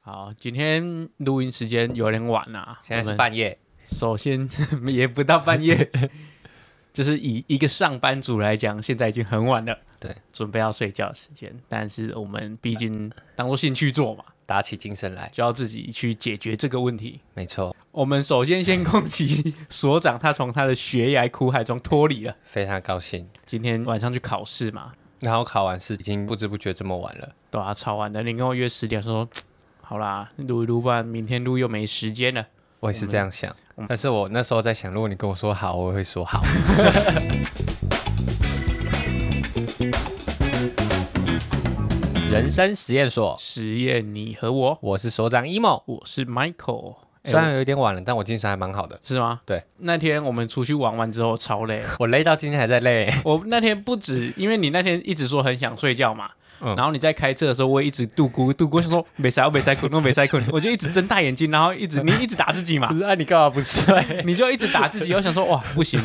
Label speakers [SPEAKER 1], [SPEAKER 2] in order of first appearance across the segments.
[SPEAKER 1] 好，今天录音时间有点晚啊，
[SPEAKER 2] 现在
[SPEAKER 1] 我
[SPEAKER 2] 是
[SPEAKER 1] 们
[SPEAKER 2] 半夜，
[SPEAKER 1] 首先 也不到半夜，就是以一个上班族来讲，现在已经很晚了，
[SPEAKER 2] 对，
[SPEAKER 1] 准备要睡觉的时间。但是我们毕竟当做兴趣做嘛，
[SPEAKER 2] 打起精神来。
[SPEAKER 1] 就要自己去解决这个问题。
[SPEAKER 2] 没错，
[SPEAKER 1] 我们首先先恭喜所长，他从他的悬崖苦海中脱离了。
[SPEAKER 2] 非常高兴。
[SPEAKER 1] 今天晚上去考试嘛，
[SPEAKER 2] 然后考完试已经不知不觉这么晚了，
[SPEAKER 1] 对啊，超晚的。你跟我约十点说，好啦，录一录吧，明天录又没时间了。
[SPEAKER 2] 我也是这样想。但是我嗯那时候在想，如果你跟我说好，我会说 好。人生实验所，
[SPEAKER 1] 实验你和我，
[SPEAKER 2] 我是所长 emo，
[SPEAKER 1] 我是 Michael。哎
[SPEAKER 2] 虽然有一点晚了，但我精神还蛮好的。
[SPEAKER 1] 是吗？
[SPEAKER 2] 对，
[SPEAKER 1] 那天我们出去玩完之后超累，
[SPEAKER 2] 我累到今天还在累，
[SPEAKER 1] 我那天不止，因为你那天一直说很想睡觉嘛，
[SPEAKER 2] 嗯
[SPEAKER 1] 然后你在开车的时候，我也一直度咕度咕，想说没啊塞，我没塞困，我没塞困，我就一直睁大眼睛，然后一 直你一直打自己嘛，
[SPEAKER 2] 是啊，你干 嘛不睡？
[SPEAKER 1] 你就一直打自己，我想说哇不行，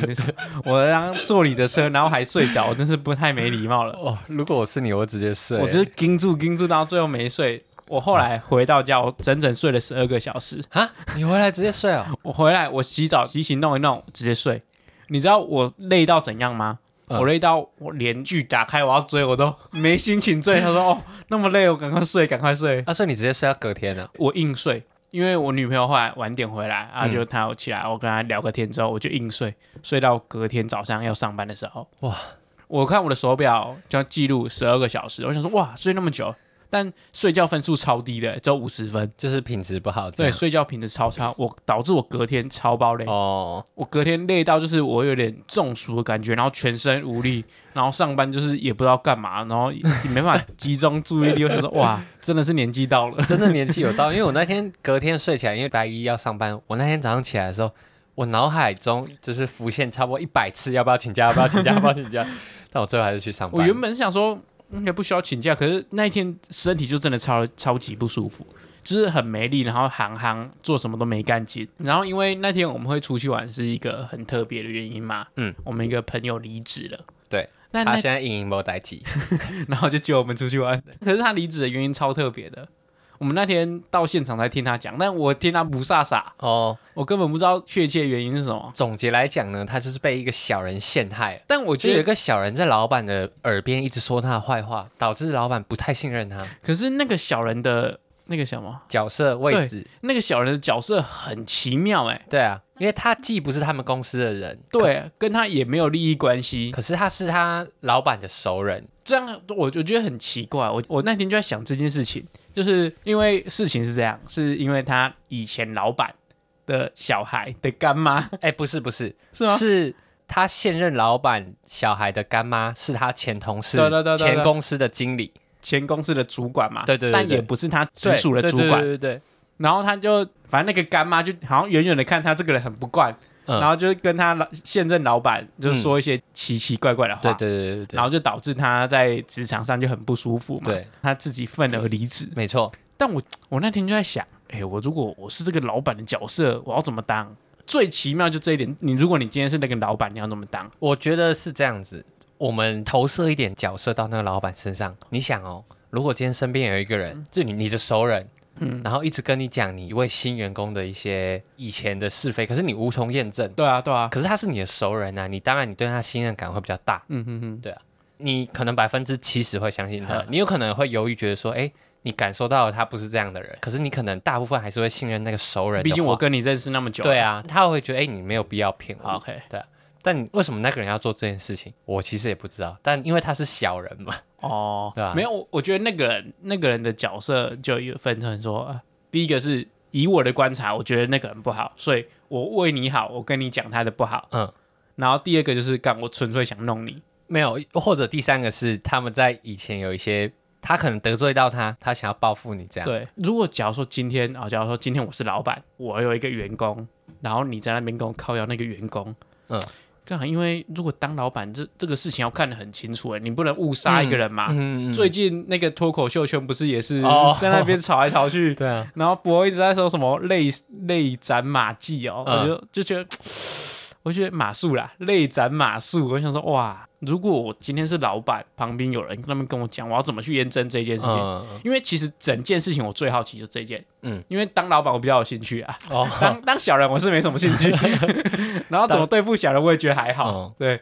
[SPEAKER 1] 我刚坐你的车，然后还睡着，我真是不太没礼貌了。
[SPEAKER 2] 哦，如果我是你，我会直接睡。
[SPEAKER 1] 我就是盯住盯住，然后最后没睡。我后来回到家，我整整睡了十二个小时。
[SPEAKER 2] 啊，你回来直接睡哦。
[SPEAKER 1] 我回来，我洗澡、洗洗弄一弄，直接睡。你知道我累到怎样吗？
[SPEAKER 2] 嗯
[SPEAKER 1] 我累到我连剧打开，我要追我 都没心情追。他说：“哦，那么累，我赶快睡，赶快睡。
[SPEAKER 2] 啊，所以你直接睡到隔天啊了。”
[SPEAKER 1] 我硬睡，因为我女朋友后来晚点回来啊，
[SPEAKER 2] 嗯
[SPEAKER 1] 就她有起来，我跟她聊个天之后，我就硬睡，睡到隔天早上要上班的时候。
[SPEAKER 2] 哇！
[SPEAKER 1] 我看我的手表就要记录十二个小时，我想说哇，睡那么久，但睡觉分数超低的，只有五十分。
[SPEAKER 2] 就是品质不好。
[SPEAKER 1] 对，
[SPEAKER 2] 这样
[SPEAKER 1] 睡觉品质超差，我导致我隔天超爆累。
[SPEAKER 2] 哦，
[SPEAKER 1] 我隔天累到就是我有点中暑的感觉，然后全身无力，然后上班就是也不知道干嘛，然后也也没办法集中注意力。我想说，哇，真的是年纪到 了，
[SPEAKER 2] 真的年纪有到，因为我那天隔天睡起来，因为白一要上班，我那天早上起来的时候，我脑海中就是浮现差不多一百次要不要请假，要不要请假，要不要请 假，但我最后还是去上班。
[SPEAKER 1] 我原本想说应该不需要请假，可是那一天身体就真的超超级不舒服，就是很没力，然后行行做什么都没干劲。然后因为那天我们会出去玩是一个很特别的原因嘛，
[SPEAKER 2] 嗯，
[SPEAKER 1] 我们一个朋友离职了，
[SPEAKER 2] 对。
[SPEAKER 1] 但
[SPEAKER 2] 他
[SPEAKER 1] 那
[SPEAKER 2] 现在隐隐没待机，
[SPEAKER 1] 然后就揪我们出去玩。可是他离职的原因超特别的，我们那天到现场才听他讲，但我听他不飒飒，
[SPEAKER 2] 哦，
[SPEAKER 1] 我根本不知道确切原因是什么。
[SPEAKER 2] 总结来讲呢，他就是被一个小人陷害了。
[SPEAKER 1] 但我
[SPEAKER 2] 我觉得
[SPEAKER 1] 觉
[SPEAKER 2] 有一
[SPEAKER 1] 得，
[SPEAKER 2] 个小人在老板的耳边一直说他的坏话，导致老板不太信任他。
[SPEAKER 1] 可是那个小人的那个什么，
[SPEAKER 2] 角色位置，
[SPEAKER 1] 那个小人的角色很奇妙哎、
[SPEAKER 2] 对啊，因为他既不是他们公司的人，
[SPEAKER 1] 对，跟他也没有利益关系，
[SPEAKER 2] 可是他是他老板的熟人，
[SPEAKER 1] 这样我我觉得很奇怪。我我那天就在想这件事情，就是因为事情是这样，是因为他以前老板的小孩的干妈
[SPEAKER 2] 哎，不是不是，
[SPEAKER 1] 是吗？
[SPEAKER 2] 是他现任老板小孩的干妈，是他前同事、
[SPEAKER 1] 对对对对对
[SPEAKER 2] 前公司的经理，
[SPEAKER 1] 前公司的主管嘛，
[SPEAKER 2] 对对对
[SPEAKER 1] 但
[SPEAKER 2] 对
[SPEAKER 1] 也不是他直属的
[SPEAKER 2] 对
[SPEAKER 1] 主
[SPEAKER 2] 对
[SPEAKER 1] 管。
[SPEAKER 2] 对对对
[SPEAKER 1] 然后他就反正那个干妈就好像远远的看他这个人很不惯，
[SPEAKER 2] 嗯
[SPEAKER 1] 然后就跟他老现任老板就说一些奇奇怪怪的话，
[SPEAKER 2] 对对对对对
[SPEAKER 1] 然后就导致他在职场上就很不舒服嘛，
[SPEAKER 2] 对，
[SPEAKER 1] 他自己愤而离职。
[SPEAKER 2] 没错，
[SPEAKER 1] 但我我那天就在想，哎，我如果我是这个老板的角色，我要怎么当？最奇妙就这一点，你如果你今天是那个老板，你要怎么当？
[SPEAKER 2] 我觉得是这样子。我们投射一点角色到那个老板身上，你想哦，如果今天身边有一个人，就你你的熟人。然后一直跟你讲你为新员工的一些以前的是非，可是你无从验证。
[SPEAKER 1] 对啊，对啊，
[SPEAKER 2] 可是他是你的熟人啊，你当然你对他信任感会比较大。啊
[SPEAKER 1] 嗯哼哼，
[SPEAKER 2] 你可能百分之七十会相信他，你有可能会犹豫，觉得说，哎、你感受到了他不是这样的人，可是你可能大部分还是会信任那个熟人的话。
[SPEAKER 1] 毕竟我跟你认识那么久，
[SPEAKER 2] 对啊，他会觉得，哎、你没有必要骗我。
[SPEAKER 1] ，OK，
[SPEAKER 2] 但你为什么那个人要做这件事情？我其实也不知道，但因为他是小人嘛，
[SPEAKER 1] 哦，
[SPEAKER 2] 对啊
[SPEAKER 1] 没有，我我觉得那个人那个人的角色就有分成说，呃第一个是以我的观察，我觉得那个人不好，所以我为你好，我跟你讲他的不好，
[SPEAKER 2] 嗯，
[SPEAKER 1] 然后第二个就是干，我纯粹想弄你，
[SPEAKER 2] 没有。或者第三个是他们在以前有一些，他可能得罪到他，他想要报复你这样。
[SPEAKER 1] 对。如果假如说今天啊，假如说今天我是老板，我有一个员工，然后你在那边跟我靠要那个员工，
[SPEAKER 2] 嗯。
[SPEAKER 1] 干嘛？因为如果当老板，这这个事情要看得很清楚，哎，你不能误杀一个人嘛。
[SPEAKER 2] 嗯，嗯
[SPEAKER 1] 最近那个脱口秀圈不是也是
[SPEAKER 2] 哦
[SPEAKER 1] 在那边吵来吵去，
[SPEAKER 2] 对 啊，
[SPEAKER 1] 然后博一直在说什么泪泪斩马谡哦，
[SPEAKER 2] 嗯
[SPEAKER 1] 我就就觉得，我觉得马术啦，类展马术，我想说哇，如果我今天是老板，旁边有人那么跟我讲，我要怎么去验证这件事情？
[SPEAKER 2] 嗯，
[SPEAKER 1] 因为其实整件事情我最好奇就这件，
[SPEAKER 2] 嗯
[SPEAKER 1] 嗯，因为当老板我比较有兴趣啊，
[SPEAKER 2] 哦，
[SPEAKER 1] 当当小人我是没什么兴 趣，然后怎么对付小人我也觉得还好，
[SPEAKER 2] 嗯
[SPEAKER 1] 对，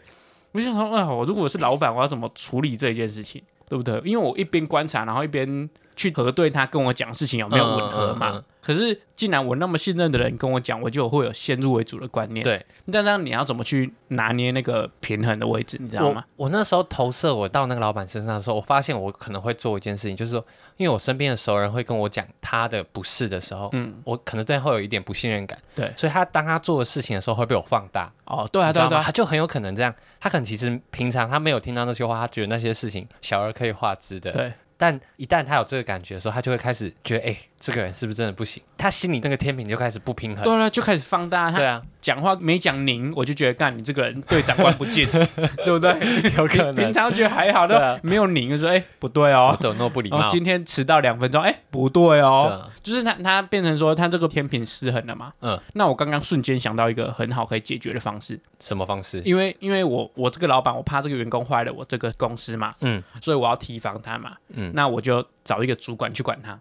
[SPEAKER 1] 我就想说，哎，我如果我是老板，我要怎么处理这件事情，对不对？因为我一边观察，然后一边去核对他跟我讲事情有没有吻合嘛。
[SPEAKER 2] 嗯嗯嗯
[SPEAKER 1] 可是既然我那么信任的人跟我讲，我就会有先入为主的观念，
[SPEAKER 2] 对，
[SPEAKER 1] 但这样你要怎么去拿捏那个平衡的位置，你知道
[SPEAKER 2] 我
[SPEAKER 1] 吗？
[SPEAKER 2] 我那时候投射我到那个老板身上的时候，我发现我可能会做一件事情，就是说，因为我身边的熟人会跟我讲他的不是的时候，
[SPEAKER 1] 嗯，
[SPEAKER 2] 我可能对他会有一点不信任感，
[SPEAKER 1] 对
[SPEAKER 2] 所以他当他做的事情的时候会被我放大，
[SPEAKER 1] 哦，对啊，
[SPEAKER 2] 你知
[SPEAKER 1] 对啊，
[SPEAKER 2] 道
[SPEAKER 1] 对
[SPEAKER 2] 吗？
[SPEAKER 1] 啊，
[SPEAKER 2] 他就很有可能这样，他可能其实平常他没有听到那些话，他觉得那些事情小儿可以化之的，
[SPEAKER 1] 对，
[SPEAKER 2] 但一旦他有这个感觉的时候，他就会开始觉得，哎、这个人是不是真的不行？他心里那个天平就开始不平衡。
[SPEAKER 1] 对啊，就开始放大他
[SPEAKER 2] 对啊，
[SPEAKER 1] 讲话没讲您，我就觉得干你这个人 对长官不敬，对不对？
[SPEAKER 2] 有可
[SPEAKER 1] 平平常觉得还好
[SPEAKER 2] 对啊
[SPEAKER 1] 的，没有您就说哎、不对哦，
[SPEAKER 2] 怎么诺不礼
[SPEAKER 1] 然后
[SPEAKER 2] 貌。
[SPEAKER 1] 今天迟到两分钟，哎、不对
[SPEAKER 2] 对
[SPEAKER 1] 哦，
[SPEAKER 2] 啊，
[SPEAKER 1] 就是他他变成说他这个天平失衡了嘛。
[SPEAKER 2] 嗯，
[SPEAKER 1] 那我刚刚瞬间想到一个很好可以解决的方式，
[SPEAKER 2] 什么方式？
[SPEAKER 1] 因为因为我我这个老板我怕这个员工坏了我这个公司嘛，
[SPEAKER 2] 嗯
[SPEAKER 1] 所以我要提防他嘛，
[SPEAKER 2] 嗯
[SPEAKER 1] 那我就找一个主管去管他，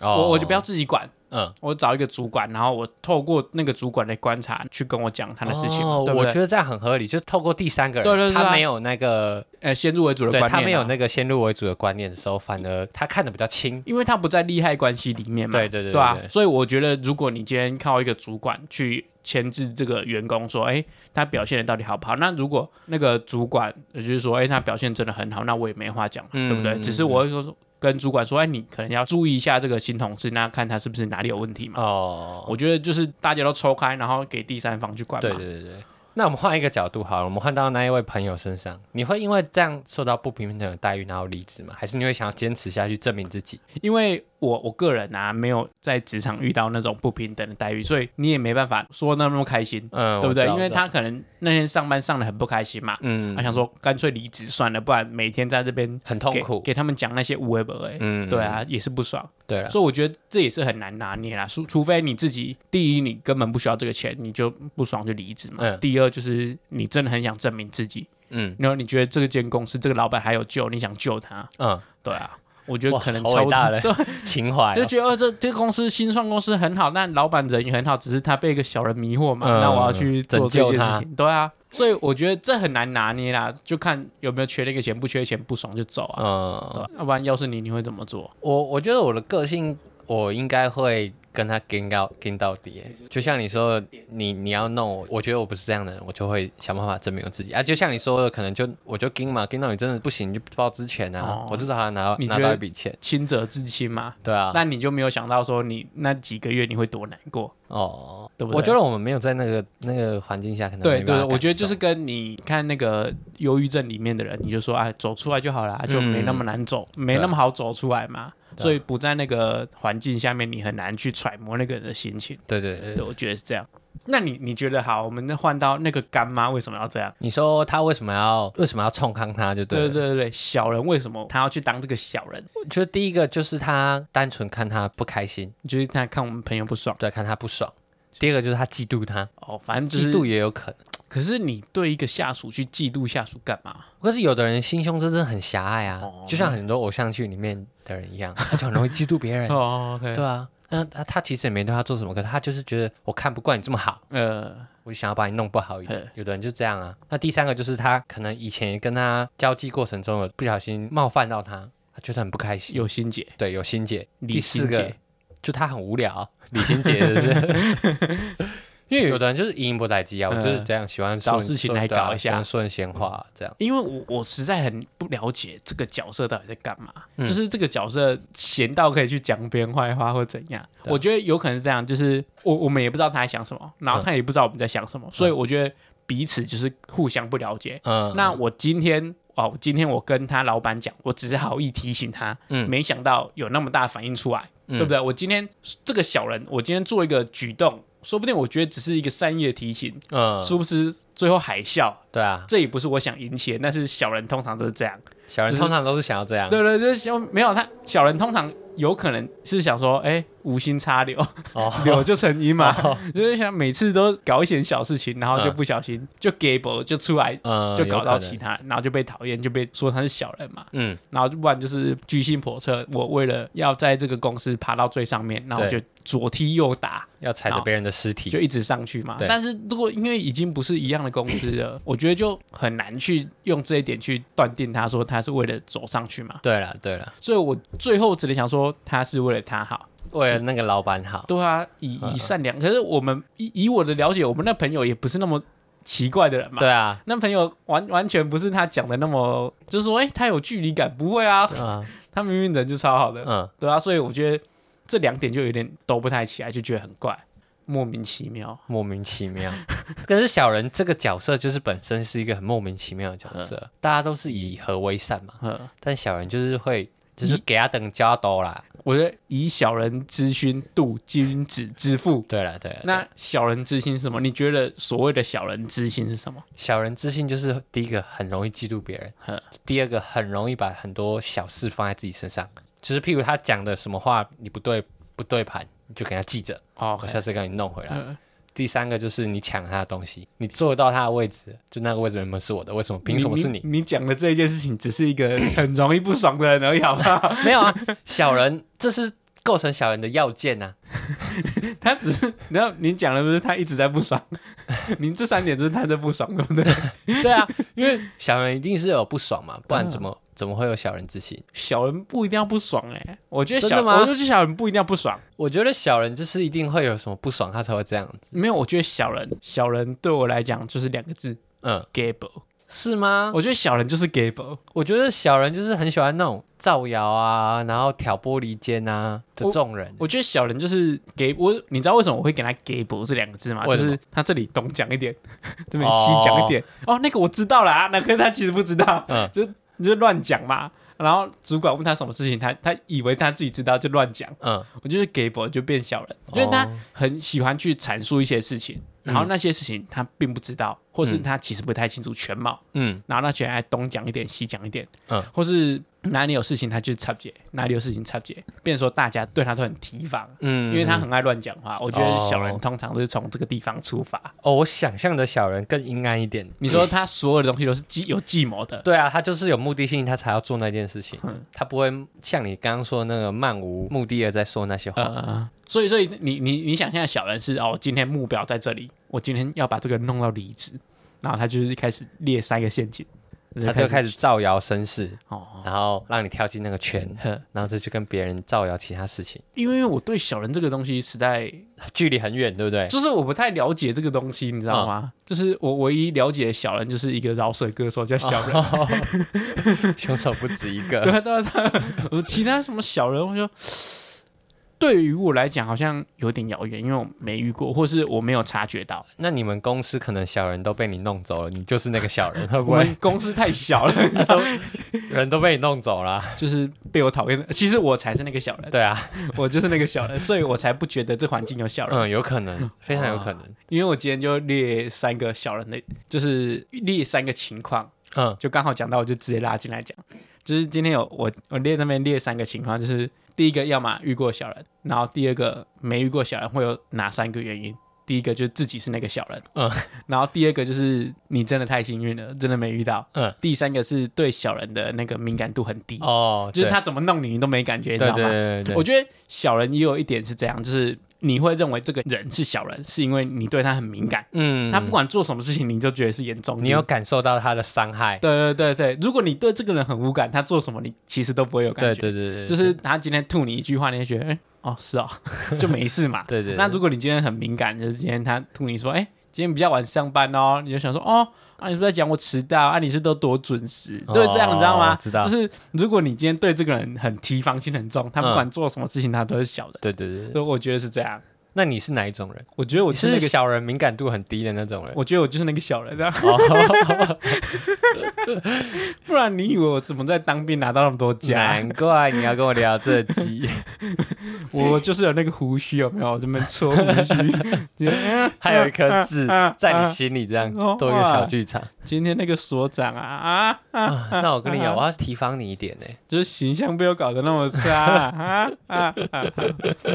[SPEAKER 2] 哦
[SPEAKER 1] 我我就不要自己管。
[SPEAKER 2] 嗯
[SPEAKER 1] 我找一个主管，然后我透过那个主管的观察去跟我讲他的事情，
[SPEAKER 2] 哦
[SPEAKER 1] 对不
[SPEAKER 2] 我
[SPEAKER 1] 对
[SPEAKER 2] 觉？得这样很合理，就是透过第三个人，
[SPEAKER 1] 对对对啊
[SPEAKER 2] 他没有那个，
[SPEAKER 1] 呃，先入为主的
[SPEAKER 2] 对
[SPEAKER 1] 观念、啊，
[SPEAKER 2] 他没有那个先入为主的观念的时候，反而他看得比较清。
[SPEAKER 1] 因为他不在利害关系里面嘛，
[SPEAKER 2] 对对对对
[SPEAKER 1] 对啊
[SPEAKER 2] 对，
[SPEAKER 1] 所以我觉得如果你今天靠一个主管去牵制这个员工，说，哎，他表现的到底好不好？那如果那个主管呃就是说，哎，他表现真的很好，那我也没话讲嘛，
[SPEAKER 2] 嗯
[SPEAKER 1] 对不对？只是我会说跟主管说，哎，你可能要注意一下这个新同事，那看他是不是哪里有问题嘛。
[SPEAKER 2] 哦，
[SPEAKER 1] 我觉得就是大家都抽开，然后给第三方去管嘛。
[SPEAKER 2] 对对对对。那我们换一个角度好了，我们换到那一位朋友身上，你会因为这样受到不平等的待遇然后离职吗？还是你会想要坚持下去证明自己？
[SPEAKER 1] 因为我我个人啊，没有在职场遇到那种不平等的待遇，所以你也没办法说那么开心。
[SPEAKER 2] 嗯，
[SPEAKER 1] 对不
[SPEAKER 2] 我知
[SPEAKER 1] 对？
[SPEAKER 2] 道
[SPEAKER 1] 因为
[SPEAKER 2] 我知道
[SPEAKER 1] 他可能那天上班上的很不开心嘛，
[SPEAKER 2] 嗯
[SPEAKER 1] 他、想说干脆离职算了，不然每天在这边
[SPEAKER 2] 很痛
[SPEAKER 1] 给
[SPEAKER 2] 苦，
[SPEAKER 1] 给他们讲那些无为不为，
[SPEAKER 2] 嗯
[SPEAKER 1] 对，啊，也是不爽。
[SPEAKER 2] 对啊了，
[SPEAKER 1] 所以我觉得这也是很难拿捏啦，除除非你自己第一你根本不需要这个钱，你就不爽就离职嘛。
[SPEAKER 2] 嗯
[SPEAKER 1] 第二就是你真的很想证明自己，
[SPEAKER 2] 嗯
[SPEAKER 1] 然后你觉得这间公司这个老板还有救，你想救他，
[SPEAKER 2] 嗯，
[SPEAKER 1] 对啊，我觉得
[SPEAKER 2] 哇
[SPEAKER 1] 可能
[SPEAKER 2] 好
[SPEAKER 1] 超
[SPEAKER 2] 伟大的哦
[SPEAKER 1] 对，
[SPEAKER 2] 情怀
[SPEAKER 1] 就
[SPEAKER 2] 哦，
[SPEAKER 1] 觉得、哦、这这个公司新创公司很好，但老板人也很好，只是他被一个小人迷惑嘛，
[SPEAKER 2] 嗯
[SPEAKER 1] 那我要去做这
[SPEAKER 2] 拯救
[SPEAKER 1] 件
[SPEAKER 2] 他
[SPEAKER 1] 事情，对啊，所以我觉得这很难拿捏啦，就看有没有缺那个钱，不缺钱不爽就走啊，
[SPEAKER 2] 嗯，
[SPEAKER 1] 对吧要不然要是你你会怎么做？
[SPEAKER 2] 我我觉得我的个性，我应该会跟他跟到跟到底耶。就像你说的，你你要弄我，我觉得我不是这样的人，我就会想办法证明我自己啊。就像你说的，可能就我就跟嘛，跟到你真的不行，你就报之前啊，
[SPEAKER 1] 哦
[SPEAKER 2] 我至少还拿
[SPEAKER 1] 你
[SPEAKER 2] 拿
[SPEAKER 1] 觉得
[SPEAKER 2] 到一笔钱。
[SPEAKER 1] 亲者自亲嘛，
[SPEAKER 2] 对啊，
[SPEAKER 1] 那你就没有想到说你那几个月你会多难过，
[SPEAKER 2] 哦，
[SPEAKER 1] 对不对
[SPEAKER 2] 我觉得我们没有在那个那个环境下，可能
[SPEAKER 1] 对
[SPEAKER 2] 没办
[SPEAKER 1] 对，
[SPEAKER 2] 法
[SPEAKER 1] 我觉得
[SPEAKER 2] 感
[SPEAKER 1] 就是
[SPEAKER 2] 受
[SPEAKER 1] 跟你看那个忧郁症里面的人，你就说啊，走出来就好啦，就没那么难走，
[SPEAKER 2] 嗯
[SPEAKER 1] 没那么好走出来嘛。
[SPEAKER 2] 对啊
[SPEAKER 1] 所以不在那个环境下面，你很难去揣摩那个人的心情。
[SPEAKER 2] 对对对
[SPEAKER 1] 对，我觉得是这样。那你你觉得好？我们那换到那个干妈为什么要这样？
[SPEAKER 2] 你说他为什么要为什么要冲康他就对了
[SPEAKER 1] 对对对对，小人为什么他要去当这个小人？
[SPEAKER 2] 我觉得第一个就是他单纯看他不开心，
[SPEAKER 1] 就是他看我们朋友不爽
[SPEAKER 2] 对，看他不爽；第二个就是他嫉妒他，
[SPEAKER 1] 哦，反正就
[SPEAKER 2] 嫉
[SPEAKER 1] 是。
[SPEAKER 2] 妒也有可能。
[SPEAKER 1] 可是你对一个下属去嫉妒下属干嘛？
[SPEAKER 2] 可是有的人心胸真的很狭隘啊，
[SPEAKER 1] 哦
[SPEAKER 2] 就像很多偶像剧里面的人一样，他就很容易嫉妒别人。
[SPEAKER 1] 哦，OK，
[SPEAKER 2] 对啊，那他他其实也没对他做什么，可是他就是觉得我看不惯你这么好，
[SPEAKER 1] 呃，
[SPEAKER 2] 我就想要把你弄不好一点
[SPEAKER 1] 嘿。
[SPEAKER 2] 有的人就这样啊。那第三个就是他可能以前跟他交际过程中有不小心冒犯到他，他觉得很不开心。
[SPEAKER 1] 有心结，
[SPEAKER 2] 对，有心结。
[SPEAKER 1] 理
[SPEAKER 2] 第四
[SPEAKER 1] 心
[SPEAKER 2] 个
[SPEAKER 1] 结，
[SPEAKER 2] 就他很无聊，李心洁是不是？ 因为有的人就是一言不待机啊，我就是这样喜欢
[SPEAKER 1] 嗯找
[SPEAKER 2] 顺
[SPEAKER 1] 事情
[SPEAKER 2] 顺
[SPEAKER 1] 来
[SPEAKER 2] 对啊
[SPEAKER 1] 搞一
[SPEAKER 2] 喜
[SPEAKER 1] 下
[SPEAKER 2] 欢顺闲话啊这样。
[SPEAKER 1] 因为我我实在很不了解这个角色到底在干嘛，
[SPEAKER 2] 嗯
[SPEAKER 1] 就是这个角色闲到可以去讲别人坏话或怎样。
[SPEAKER 2] 对啊
[SPEAKER 1] 我觉得有可能是这样，就是我我们也不知道他在想什么，然后他也不知道我们在想什么，所以我觉得彼此就是互相不了解。
[SPEAKER 2] 嗯，
[SPEAKER 1] 那我今天哦，今天我跟他老板讲，我只是好意提醒他，
[SPEAKER 2] 嗯
[SPEAKER 1] 没想到有那么大反应出来，
[SPEAKER 2] 嗯
[SPEAKER 1] 对不对？我今天这个小人，我今天做一个举动，说不定我觉得只是一个善意的提醒，
[SPEAKER 2] 嗯，
[SPEAKER 1] 殊不知最后海啸。
[SPEAKER 2] 对啊，
[SPEAKER 1] 这也不是我想引起的，但是小人通常都是这样。
[SPEAKER 2] 小人
[SPEAKER 1] 就是
[SPEAKER 2] 通常都是想要这样，
[SPEAKER 1] 对对，就是想没有他小人通常有可能是想说，哎，无心插柳，
[SPEAKER 2] 哦，
[SPEAKER 1] 柳就成荫嘛，就是想每次都搞一些小事情，然后就
[SPEAKER 2] 嗯
[SPEAKER 1] 不小心就 gable 就出来，
[SPEAKER 2] 嗯，
[SPEAKER 1] 就
[SPEAKER 2] 有
[SPEAKER 1] 搞
[SPEAKER 2] 可
[SPEAKER 1] 到
[SPEAKER 2] 能
[SPEAKER 1] 其，他人，然后就被讨厌，就被说他是小人嘛。
[SPEAKER 2] 嗯，
[SPEAKER 1] 然后不然就是居心叵测，我为了要在这个公司爬到最上面，然后我就
[SPEAKER 2] 对
[SPEAKER 1] 左踢右打，
[SPEAKER 2] 要踩着别人的尸体
[SPEAKER 1] 就，一直上去嘛。
[SPEAKER 2] 对
[SPEAKER 1] 但是如果因为已经不是一样的公司了，我觉得就很难去用这一点去断定他说他是为了走上去嘛。
[SPEAKER 2] 对了对了，
[SPEAKER 1] 所以我最后只能想说他是为了他好，
[SPEAKER 2] 为了那个老板好，
[SPEAKER 1] 对啊，以
[SPEAKER 2] 嗯
[SPEAKER 1] 以善良。可是我们以以我的了解，我们那朋友也不是那么奇怪的人嘛。
[SPEAKER 2] 对啊，
[SPEAKER 1] 那朋友完完全不是他讲的那么，就是说，哎、他有距离感，不会啊，
[SPEAKER 2] 嗯
[SPEAKER 1] 他明明人就超好的，
[SPEAKER 2] 嗯，
[SPEAKER 1] 对啊，所以我觉得这两点就有点都不太起来，就觉得很怪，莫名其妙。
[SPEAKER 2] 莫名其 妙。可是小人这个角色就是本身是一个很莫名其妙的角色，大家都是以和为善嘛，
[SPEAKER 1] 嗯，
[SPEAKER 2] 但小人就是会就是给他等加多啦。
[SPEAKER 1] 我觉得以小人之心度君子之腹。
[SPEAKER 2] 对了对了，
[SPEAKER 1] 那小人之心是什么？你觉得所谓的小人之心是什么？
[SPEAKER 2] 小人自信就是第一个很容易嫉妒别人
[SPEAKER 1] 哼，
[SPEAKER 2] 第二个很容易把很多小事放在自己身上，就是譬如他讲的什么话你不对不对盘，你就给他记着，
[SPEAKER 1] 哦
[SPEAKER 2] 我下次给你弄回来。
[SPEAKER 1] 嗯
[SPEAKER 2] 第三个就是你抢了他的东西，你坐到他的位置，就那个位置原本是我的，为什么凭什么是你？
[SPEAKER 1] 你讲的这一件事情，只是一个 很容易不爽的人而已，好不 好？
[SPEAKER 2] 没有啊，小人这是构成小人的要件啊呐、
[SPEAKER 1] 他只是，然后你讲的不是他一直在不爽， 你这三点就是他在不爽，对不对？
[SPEAKER 2] 对啊，因为小人一定是有不爽嘛，不然怎么怎么会有小人自信？
[SPEAKER 1] 小人不一定要不爽哎、我觉得
[SPEAKER 2] 真
[SPEAKER 1] 小，
[SPEAKER 2] 的吗
[SPEAKER 1] 我就觉得小人不一定要不爽。
[SPEAKER 2] 我觉得小人就是一定会有什么不爽，他才会这样子。
[SPEAKER 1] 没有，我觉得小人，小人对我来讲就是两个字
[SPEAKER 2] 嗯，
[SPEAKER 1] ，gable。
[SPEAKER 2] 是吗？
[SPEAKER 1] 我觉得小人就是 gable。
[SPEAKER 2] 我觉得小人就是很喜欢那种造谣啊，然后挑拨离间啊的这种人。
[SPEAKER 1] 我觉得小人就是给我，你知道为什么我会给他 gable 这两个字吗？就
[SPEAKER 2] 为什么
[SPEAKER 1] 是他这里东讲一点， 这边西讲一点。哦那个我知道啦，那个他其实不知道，
[SPEAKER 2] 嗯
[SPEAKER 1] 就你就乱讲嘛。然后主管问他什么事情，他他以为他自己知道就乱讲。
[SPEAKER 2] 嗯，
[SPEAKER 1] 我就是 gable 就变小人，因为他
[SPEAKER 2] 哦
[SPEAKER 1] 很喜欢去阐述一些事情，然
[SPEAKER 2] 嗯
[SPEAKER 1] 后那些事情他并不知道，或是他其实不太清楚全貌。
[SPEAKER 2] 嗯，
[SPEAKER 1] 然后他喜欢东讲一点，西讲一点，
[SPEAKER 2] 嗯
[SPEAKER 1] 或是哪里有事情他就插嘴，哪里有事情插嘴，变成说大家对他都很提防，
[SPEAKER 2] 嗯
[SPEAKER 1] 因为他很爱乱讲话。我觉得
[SPEAKER 2] 哦
[SPEAKER 1] 小人通常都是从这个地方出发。
[SPEAKER 2] 哦，我想象的小人更阴暗一点。
[SPEAKER 1] 你说他所有的东西都是计有计谋的，
[SPEAKER 2] 对啊，他就是有目的性，他才要做那件事情，他不会像你刚刚说的那个漫无目的的在说那些话。
[SPEAKER 1] 呃，所以所以你你你想现在小人是哦，今天目标在这里，我今天要把这个弄到离职，然后他就是开始列三个陷阱，
[SPEAKER 2] 他就开始造谣生事，
[SPEAKER 1] 哦，
[SPEAKER 2] 然后让你跳进那个圈，
[SPEAKER 1] 呵
[SPEAKER 2] 然后再去跟别人造谣其他事情，
[SPEAKER 1] 因为我对小人这个东西实在
[SPEAKER 2] 距离很远，对不对？
[SPEAKER 1] 就是我不太了解这个东西，你知道
[SPEAKER 2] 嗯
[SPEAKER 1] 吗？就是我唯一了解的小人就是一个饶舌歌手叫小人，
[SPEAKER 2] 哦凶手不止一
[SPEAKER 1] 对
[SPEAKER 2] 个。
[SPEAKER 1] 啊对啊对啊， 我其他什么小人，我就对于我来讲好像有点遥远，因为我没遇过，或是我没有察觉到。
[SPEAKER 2] 那你们公司可能小人都被你弄走了，你就是那个小 人，会不
[SPEAKER 1] 我
[SPEAKER 2] 会
[SPEAKER 1] 们公司太小了，
[SPEAKER 2] 人都被你弄走了？啊
[SPEAKER 1] 就是被我讨厌的。其实我才是那个小人，
[SPEAKER 2] 对啊，
[SPEAKER 1] 我就是那个小人，所以我才不觉得这环境有小人。
[SPEAKER 2] 嗯，有可能，非常有可能。
[SPEAKER 1] 因为我今天就列三个小人的，就是列三个情况，
[SPEAKER 2] 嗯
[SPEAKER 1] 就刚好讲到，我就直接拉进来讲。就是今天有我我列那边列三个情况，就是第一个要么遇过小人，然后第二个没遇过小人会有哪三个原因？第一个就是自己是那个小人，
[SPEAKER 2] 嗯，
[SPEAKER 1] 然后第二个就是你真的太幸运了，真的没遇到，
[SPEAKER 2] 嗯，
[SPEAKER 1] 第三个是对小人的那个敏感度很低，
[SPEAKER 2] 哦，
[SPEAKER 1] 就是
[SPEAKER 2] 对
[SPEAKER 1] 他怎么弄你你都没感觉，你知
[SPEAKER 2] 对
[SPEAKER 1] 道吗？
[SPEAKER 2] 对对对
[SPEAKER 1] 我
[SPEAKER 2] 对，
[SPEAKER 1] 觉得小人也有一点是这样，就是你会认为这个人是小人，是因为你对他很敏感，
[SPEAKER 2] 嗯
[SPEAKER 1] 他不管做什么事情，你就觉得是严重的。
[SPEAKER 2] 你有感受到他的伤害，
[SPEAKER 1] 对对对对，如果你对这个人很无感，他做什么你其实都不会有感
[SPEAKER 2] 对
[SPEAKER 1] 觉。
[SPEAKER 2] 对对对，
[SPEAKER 1] 就是他今天吐你一句话，你就觉得，哎、哦，是哦， 就没事嘛。
[SPEAKER 2] 对对对
[SPEAKER 1] 那如果你今天很敏感，就是今天他吐你说，哎、今天比较晚上班哦，你就想说，哦，啊，你是不是在讲我迟到啊？你是都多准时，
[SPEAKER 2] 哦
[SPEAKER 1] 对，这样你知道吗？
[SPEAKER 2] 知道
[SPEAKER 1] 就是如果你今
[SPEAKER 2] 嗯
[SPEAKER 1] 天对这个人很提防心很重，他不管做什么事情，他都是小的。
[SPEAKER 2] 对对对对，
[SPEAKER 1] 所以我觉得是这样。
[SPEAKER 2] 那你是哪一种人？
[SPEAKER 1] 我觉得我
[SPEAKER 2] 我
[SPEAKER 1] 就是是
[SPEAKER 2] 那
[SPEAKER 1] 那
[SPEAKER 2] 个
[SPEAKER 1] 个，
[SPEAKER 2] 小人敏感度很低的那种人。
[SPEAKER 1] 我觉得我就是那个小人
[SPEAKER 2] 哦
[SPEAKER 1] 啊， 不然你以为我怎么在当兵拿到那么多奖？
[SPEAKER 2] 难怪你要跟我聊 这集，
[SPEAKER 1] 我就是有那个胡须，有没有？我这边搓胡 须， 嗯
[SPEAKER 2] 还有一颗痣在你心里，这样
[SPEAKER 1] 啊
[SPEAKER 2] 多一个小剧场
[SPEAKER 1] 今天那个所长啊啊，
[SPEAKER 2] 啊。那我跟你讲，我要提防你一点欸呢。
[SPEAKER 1] 就是形象被我搞得那么差啊啊啊啊！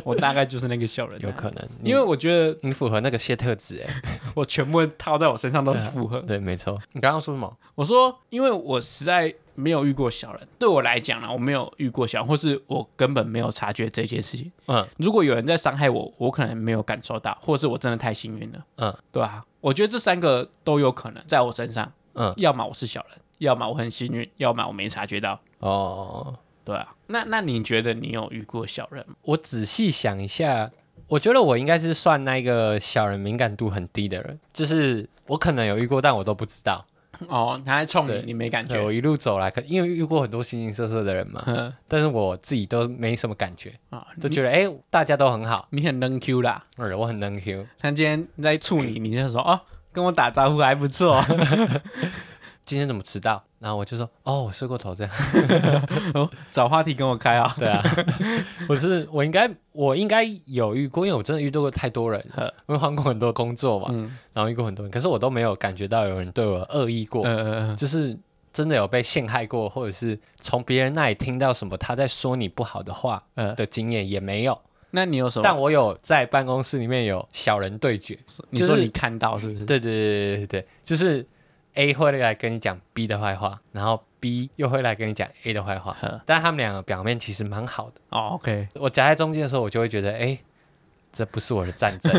[SPEAKER 1] 我大概就是那个小人啊、
[SPEAKER 2] 有可能，
[SPEAKER 1] 因为我觉得
[SPEAKER 2] 你符合那个谢特质哎。
[SPEAKER 1] 我全部套在我身上都是负荷。
[SPEAKER 2] 对，没错。你刚刚说什么？
[SPEAKER 1] 我说，因为我实在没有遇过小人，对我来讲啊，我没有遇过小人，或是我根本没有察觉这件事情。
[SPEAKER 2] 嗯
[SPEAKER 1] 如果有人在伤害我，我可能没有感受到，或者是我真的太幸运了，
[SPEAKER 2] 嗯
[SPEAKER 1] 对啊，我觉得这三个都有可能在我身上，
[SPEAKER 2] 嗯。
[SPEAKER 1] 要么我是小人，要么我很幸运，要么我没察觉到，
[SPEAKER 2] 哦，
[SPEAKER 1] 对啊。那那你觉得你有遇过小人吗？
[SPEAKER 2] 我仔细想一下，我觉得我应该是算那个小人敏感度很低的人，就是我可能有遇过，但我都不知道。
[SPEAKER 1] 哦，他还冲你
[SPEAKER 2] 对，
[SPEAKER 1] 你没感
[SPEAKER 2] 对
[SPEAKER 1] 觉
[SPEAKER 2] 我，一路走来，可因为遇过很多形形色色的人嘛，
[SPEAKER 1] 嗯
[SPEAKER 2] 但是我自己都没什么感觉，
[SPEAKER 1] 啊，
[SPEAKER 2] 都觉得哎、诶大家都很好，
[SPEAKER 1] 你很能 Q 啦。
[SPEAKER 2] 嗯，我很能 Q。
[SPEAKER 1] 他今天在处 你，你就说哦，跟我打招呼还不错，
[SPEAKER 2] 今天怎么迟到？然后我就说哦，我睡过头这样。
[SPEAKER 1] 找话题跟我开啊、
[SPEAKER 2] 对啊， 我是我应该我应该有遇过，因为我真的遇到过太多人
[SPEAKER 1] 呵，
[SPEAKER 2] 我换过很多工作嘛，
[SPEAKER 1] 嗯
[SPEAKER 2] 然后遇过很多人，可是我都没有感觉到有人对我恶意过，
[SPEAKER 1] 呃，
[SPEAKER 2] 就是真的有被陷害过，或者是从别人那里听到什么他在说你不好的话
[SPEAKER 1] 嗯
[SPEAKER 2] 的经验也没有。
[SPEAKER 1] 那你有什么？
[SPEAKER 2] 但我有在办公室里面有小人对决，
[SPEAKER 1] 你说
[SPEAKER 2] 就是
[SPEAKER 1] 你看到是不是？
[SPEAKER 2] 对对对对对对，就是 A 会来跟你讲 B 的坏话，然后 B 又会来跟你讲 A 的坏话
[SPEAKER 1] 呵，
[SPEAKER 2] 但他们两个表面其实蛮好的。
[SPEAKER 1] 哦，OK，
[SPEAKER 2] 我夹在中间的时候，我就会觉得，哎、这不是我的 战争，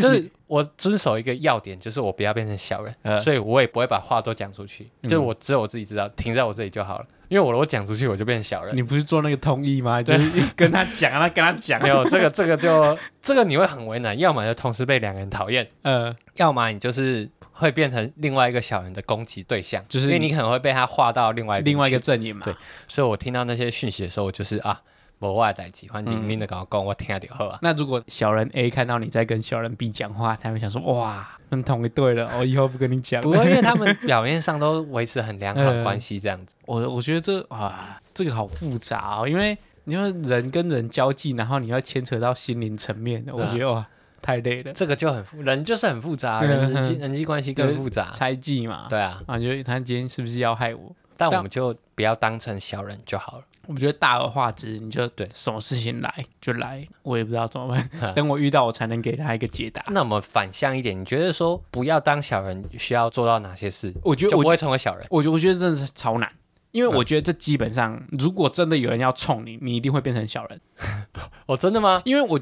[SPEAKER 2] 就是我遵守一个要点，就是我不要变成小人，
[SPEAKER 1] 呃
[SPEAKER 2] 所以我也不会把话都讲出去，
[SPEAKER 1] 嗯
[SPEAKER 2] 就是我只有我自己知道，停在我这里就好了，因为我如果讲出去，我就变成小人。
[SPEAKER 1] 你不是做那个通译吗？就是跟他讲，啊让他跟他讲
[SPEAKER 2] 没，有这个，这个就这个你会很为难，要么就同时被两个人讨厌，
[SPEAKER 1] 呃，
[SPEAKER 2] 要么你就是会变成另外一个小人的攻击对象，
[SPEAKER 1] 就是
[SPEAKER 2] 因为你可能会被他划到另外
[SPEAKER 1] 另外一个
[SPEAKER 2] 去。
[SPEAKER 1] 阵营嘛，
[SPEAKER 2] 对所以我听到那些讯息的时候，我就是啊，我外在机，环
[SPEAKER 1] 嗯
[SPEAKER 2] 境拎着搞讲，我听得到 好啊。
[SPEAKER 1] 那如果小人 A 看到你在跟小人 B 讲话，他会想说：哇，那同一队了，我哦以后不跟你讲。
[SPEAKER 2] 不过因为他们表面上都维持很良好
[SPEAKER 1] 嗯
[SPEAKER 2] 的关系，这样子，
[SPEAKER 1] 我我觉得这啊，这个好复杂哦，因为你说人跟人交际，然后你要牵扯到心灵层面，我觉得哇，太累了，
[SPEAKER 2] 这个就很复人就是很复杂，啊
[SPEAKER 1] 嗯
[SPEAKER 2] 人人
[SPEAKER 1] 嗯
[SPEAKER 2] 际人际关系更复杂。
[SPEAKER 1] 猜忌嘛。
[SPEAKER 2] 对啊，
[SPEAKER 1] 啊，你觉得他今天是不是要害我？
[SPEAKER 2] 但
[SPEAKER 1] 但
[SPEAKER 2] 我们就不要当成小人就好了。
[SPEAKER 1] 我觉得大而化之，你就
[SPEAKER 2] 对
[SPEAKER 1] 什么事情来就来，我也不知道怎么办。
[SPEAKER 2] 嗯
[SPEAKER 1] 等我遇到，我才能给他一个解答。
[SPEAKER 2] 那我们反向一点，你觉得说不要当小人需要做到哪些事，
[SPEAKER 1] 我觉得
[SPEAKER 2] 就
[SPEAKER 1] 我
[SPEAKER 2] 不会成为小人？
[SPEAKER 1] 我觉得我觉得真的是超难，因为我觉得这基本上，如果真的有人要冲你，你一定会变成小人。
[SPEAKER 2] 哦，真的吗？
[SPEAKER 1] 因为我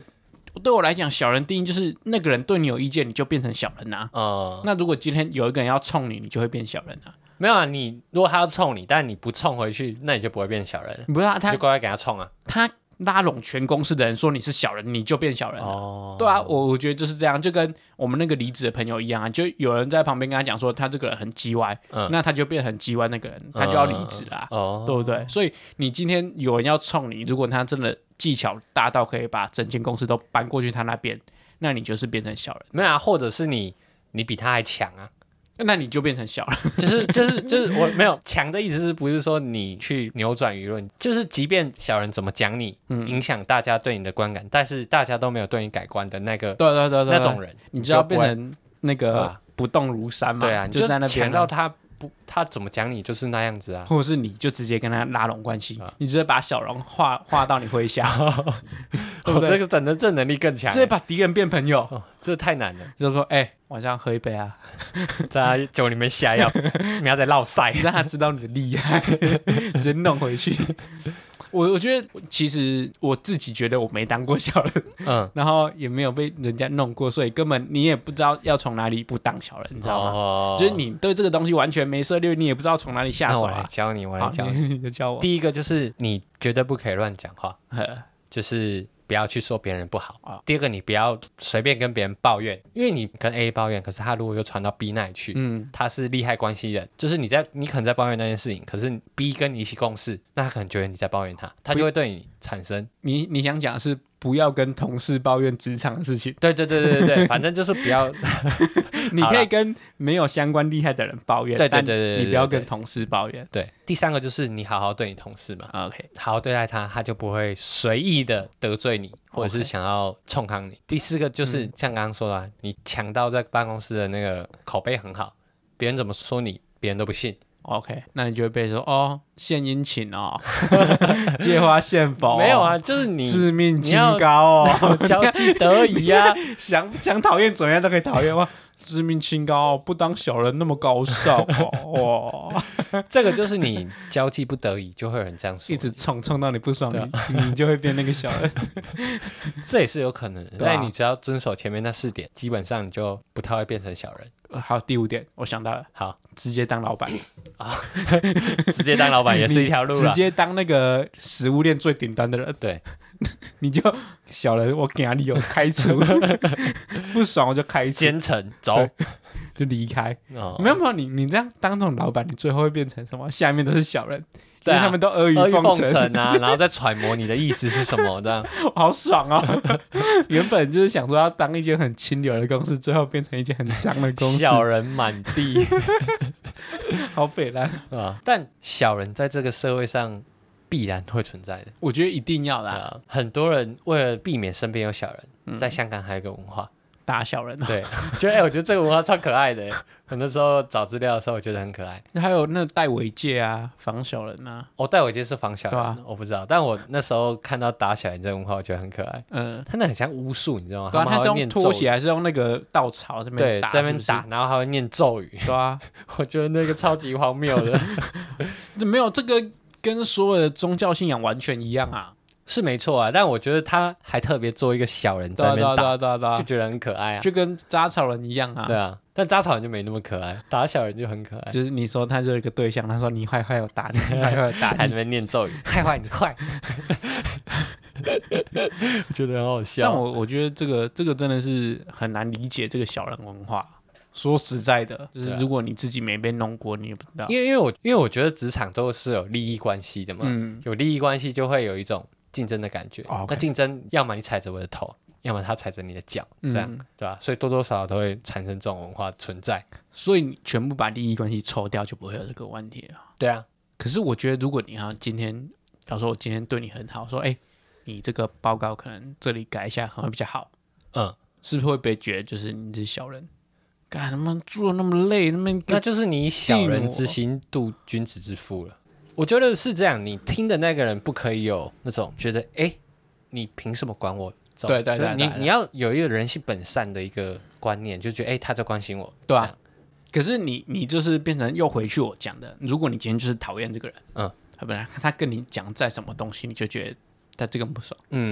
[SPEAKER 1] 对我来讲，小人定义就是那个人对你有意见，你就变成小人啊。
[SPEAKER 2] 呃，
[SPEAKER 1] 那如果今天有一个人要冲你，你就会变小人啊。
[SPEAKER 2] 没有啊，你如果他要冲你，但你不冲回去，那你就不会变小人了，
[SPEAKER 1] 你不是啊，
[SPEAKER 2] 你
[SPEAKER 1] 他
[SPEAKER 2] 就乖乖给他冲啊。
[SPEAKER 1] 他拉拢全公司的人说你是小人，你就变小人了。
[SPEAKER 2] 哦，
[SPEAKER 1] 对啊，我我觉得就是这样，就跟我们那个离职的朋友一样啊，就有人在旁边跟他讲说他这个人很叽歪，
[SPEAKER 2] 嗯
[SPEAKER 1] 那他就变很叽歪那个人，他就要离职啦，
[SPEAKER 2] 哦，
[SPEAKER 1] 对不对？所以你今天有人要冲你，如果他真的技巧大到可以把整间公司都搬过去他那边，那你就是变成小人，
[SPEAKER 2] 没有啊，或者是你你比他还强啊，
[SPEAKER 1] 那你就变成小人。
[SPEAKER 2] 就是就是就是我没有强的意思是不是说你去扭转舆论，就是即便小人怎么讲你，
[SPEAKER 1] 嗯
[SPEAKER 2] 影响大家对你的观感，但是大家都没有对你改观的那个
[SPEAKER 1] 对对对
[SPEAKER 2] 那种，人，
[SPEAKER 1] 你就要
[SPEAKER 2] 不
[SPEAKER 1] 变
[SPEAKER 2] 会
[SPEAKER 1] 成那个
[SPEAKER 2] 啊
[SPEAKER 1] 不动如山嘛，
[SPEAKER 2] 对啊，你
[SPEAKER 1] 就在那边
[SPEAKER 2] 强
[SPEAKER 1] 啊
[SPEAKER 2] 到他不他怎么讲你就是那样子啊，
[SPEAKER 1] 或者是你就直接跟他拉拢关系，你直接把小龙画画到你麾 下， 对不
[SPEAKER 2] 我
[SPEAKER 1] 对
[SPEAKER 2] 这个整的正能力更强
[SPEAKER 1] 直，接把敌人变朋友，
[SPEAKER 2] 哦这太难了，
[SPEAKER 1] 就说哎、晚上喝一杯 啊，
[SPEAKER 2] 在酒里面下药， 明仔绕塞，
[SPEAKER 1] 让他知道你的厉害， 直接弄回 去。我我觉得其实我自己觉得我没当过小人，
[SPEAKER 2] 嗯，
[SPEAKER 1] 然后也没有被人家弄过，所以根本你也不知道要从哪里不当小人，你
[SPEAKER 2] 你
[SPEAKER 1] 知道吗？
[SPEAKER 2] 吗
[SPEAKER 1] 就是。你对这个东西完全没涉猎，你也不知道从哪里下
[SPEAKER 2] 哦那
[SPEAKER 1] 手
[SPEAKER 2] 我来
[SPEAKER 1] 啊。
[SPEAKER 2] 教你，我来
[SPEAKER 1] 好，
[SPEAKER 2] 教你。
[SPEAKER 1] 你你就 教我。
[SPEAKER 2] 第一个就是你绝对不可以乱讲 话，
[SPEAKER 1] 呵
[SPEAKER 2] 就是不要去说别人不好
[SPEAKER 1] 啊
[SPEAKER 2] 第二个，你不要随便跟别人抱怨，因为你跟 A 抱怨，可是他如果又传到 B 那里去，
[SPEAKER 1] 嗯，
[SPEAKER 2] 他是利害关系人，就是你在你可能在抱怨那件事情，可是 B 跟你一起共事，那他可能觉得你在抱怨他，他就会对你产生
[SPEAKER 1] 你你想讲的是不要跟同事抱怨职场的事 情，
[SPEAKER 2] 对对对对对对，反正就是不要，
[SPEAKER 1] 你可以跟没有相关厉害的人抱怨，
[SPEAKER 2] 对对
[SPEAKER 1] 但
[SPEAKER 2] 对对对对
[SPEAKER 1] 你不要
[SPEAKER 2] 对
[SPEAKER 1] 跟同事抱怨。
[SPEAKER 2] 对。第三个就是你好好对你同事嘛，
[SPEAKER 1] OK，
[SPEAKER 2] 好好对待他，他就不会随意的得罪你，或者是
[SPEAKER 1] OK
[SPEAKER 2] 想要冲康你。第四个就是像刚刚说的啊、你抢到在办公室的那个口碑很好，别人怎么说你，别人都不信。
[SPEAKER 1] OK，那你就会被说哦，献殷勤 哦，借花献佛、哦
[SPEAKER 2] 没有，啊，就是你
[SPEAKER 1] 致命
[SPEAKER 2] 你
[SPEAKER 1] 清
[SPEAKER 2] 要
[SPEAKER 1] 高哦，
[SPEAKER 2] 交际得宜啊，
[SPEAKER 1] 想想讨厌怎样都可以讨厌哇，致命清高哦，不当小人那么高尚哦， 哇，
[SPEAKER 2] 这个就是你交际不得已就会有人这样
[SPEAKER 1] 一
[SPEAKER 2] 说你，
[SPEAKER 1] 直冲冲到你不爽，你你就会变那个小人。
[SPEAKER 2] 这也是有可能的。
[SPEAKER 1] 对啊
[SPEAKER 2] 但你只要遵守前面那四点，基本上你就不太会变成小人。
[SPEAKER 1] 呃 好，第五点，我想到了，
[SPEAKER 2] 好，
[SPEAKER 1] 直接当老板
[SPEAKER 2] 直接当老板也是一条路
[SPEAKER 1] 直
[SPEAKER 2] 了。
[SPEAKER 1] 接当那个食物链最顶端的人，
[SPEAKER 2] 对，
[SPEAKER 1] 你就小人，我给你有哦开除， 不爽我就开除，
[SPEAKER 2] 奸臣走
[SPEAKER 1] 就离开。
[SPEAKER 2] 哦，
[SPEAKER 1] 没有没有，你你这样当这种老板，你最后会变成什么？下面都是小人，
[SPEAKER 2] 对
[SPEAKER 1] 因
[SPEAKER 2] 啊
[SPEAKER 1] 为他们都阿谀
[SPEAKER 2] 阿谀奉
[SPEAKER 1] 承，
[SPEAKER 2] 承啊，然后再揣摩你的意思是什么这样。
[SPEAKER 1] 好爽哦！ 原本就是想说要当一间很清流的公司，最后变成一间很脏的公司，
[SPEAKER 2] 小人满 地
[SPEAKER 1] 好北烂。
[SPEAKER 2] 啊！但小人在这个社会上必然会存在的
[SPEAKER 1] 我觉得一定要啦，
[SPEAKER 2] 啊！很多人为了避免身边有小
[SPEAKER 1] 嗯
[SPEAKER 2] 人，在香港还有一个文 化，
[SPEAKER 1] 打小人、哦。
[SPEAKER 2] 对，觉得哎、我觉得这个文化超可爱的。欸很多时候找资料的时候，我觉得很可爱。
[SPEAKER 1] 还有那戴尾戒啊，防小人啊，
[SPEAKER 2] 哦，戴我戒是防小人，
[SPEAKER 1] 对啊
[SPEAKER 2] 我不知道，但我那时候看到打小人这个文化，我觉得很可爱。
[SPEAKER 1] 嗯，
[SPEAKER 2] 他那很像巫术，你知道吗？
[SPEAKER 1] 对啊，
[SPEAKER 2] 他
[SPEAKER 1] 他
[SPEAKER 2] 们
[SPEAKER 1] 是
[SPEAKER 2] 还会
[SPEAKER 1] 用
[SPEAKER 2] 念
[SPEAKER 1] 拖
[SPEAKER 2] 咒语，
[SPEAKER 1] 鞋还是用那个稻草这边
[SPEAKER 2] 对，
[SPEAKER 1] 打？
[SPEAKER 2] 在那边
[SPEAKER 1] 是不
[SPEAKER 2] 打，然后还会念咒语，
[SPEAKER 1] 是，对啊，
[SPEAKER 2] 我觉得那个超级荒谬 的。
[SPEAKER 1] 这没有这个跟所有的宗教信仰完全一样啊。
[SPEAKER 2] 是没错啊，但我觉得他还特别做一个小人
[SPEAKER 1] 对啊
[SPEAKER 2] 在那
[SPEAKER 1] 对
[SPEAKER 2] 边
[SPEAKER 1] 啊对
[SPEAKER 2] 打，
[SPEAKER 1] 啊对啊对
[SPEAKER 2] 就
[SPEAKER 1] 啊，
[SPEAKER 2] 觉得很可爱啊。
[SPEAKER 1] 就跟扎草人一样啊。
[SPEAKER 2] 对啊，但扎草人就没那么可爱，打小人就很可爱，
[SPEAKER 1] 就是你说他就有一个对象，他说你坏坏，我打你，你坏坏我打
[SPEAKER 2] 还在
[SPEAKER 1] 你
[SPEAKER 2] 那。边念 咒语，害坏你坏，我觉得很好
[SPEAKER 1] 但
[SPEAKER 2] 笑。
[SPEAKER 1] 我我觉得这个这个真的是很难理解这个小人文化。说实在的，就是
[SPEAKER 2] 对啊
[SPEAKER 1] 如果你自己没被弄过，你也不知道。
[SPEAKER 2] 因为因为我因为我觉得职场都是有利益关系的嘛，
[SPEAKER 1] 嗯，
[SPEAKER 2] 有利益关系就会有一种竞争的感觉。
[SPEAKER 1] 哦，OK
[SPEAKER 2] 那竞争要么你踩着我的头，要么他踩着你的脚，
[SPEAKER 1] 嗯
[SPEAKER 2] 这样、对吧、所以多多少少都会产生这种文化存在。
[SPEAKER 1] 所以你全部把利益关系抽掉，就不会有这个问题了。
[SPEAKER 2] 对啊，
[SPEAKER 1] 可是我觉得，如果你好像今天，假如说我今天对你很好，说哎、你这个报告可能这里改一下可能会比较好，
[SPEAKER 2] 嗯，
[SPEAKER 1] 是不是会被觉得就是你是小人？干他妈做那么累，那么
[SPEAKER 2] 那就是你以小人之心度君子之腹了。我觉得是这样，你听的那个人不可以有那种觉得，哎，你凭什么管我？这种
[SPEAKER 1] 对对
[SPEAKER 2] 就是
[SPEAKER 1] 对
[SPEAKER 2] 你
[SPEAKER 1] 对对
[SPEAKER 2] 你要有一个人性本善的一个观念，就觉得，哎，他在关心我。
[SPEAKER 1] 对啊可是你你就是变成又回去我讲的，如果你今天就是讨厌这个人，
[SPEAKER 2] 嗯，
[SPEAKER 1] 他本来他跟你讲在什么东西，你就觉得他这个人不爽。
[SPEAKER 2] 这样，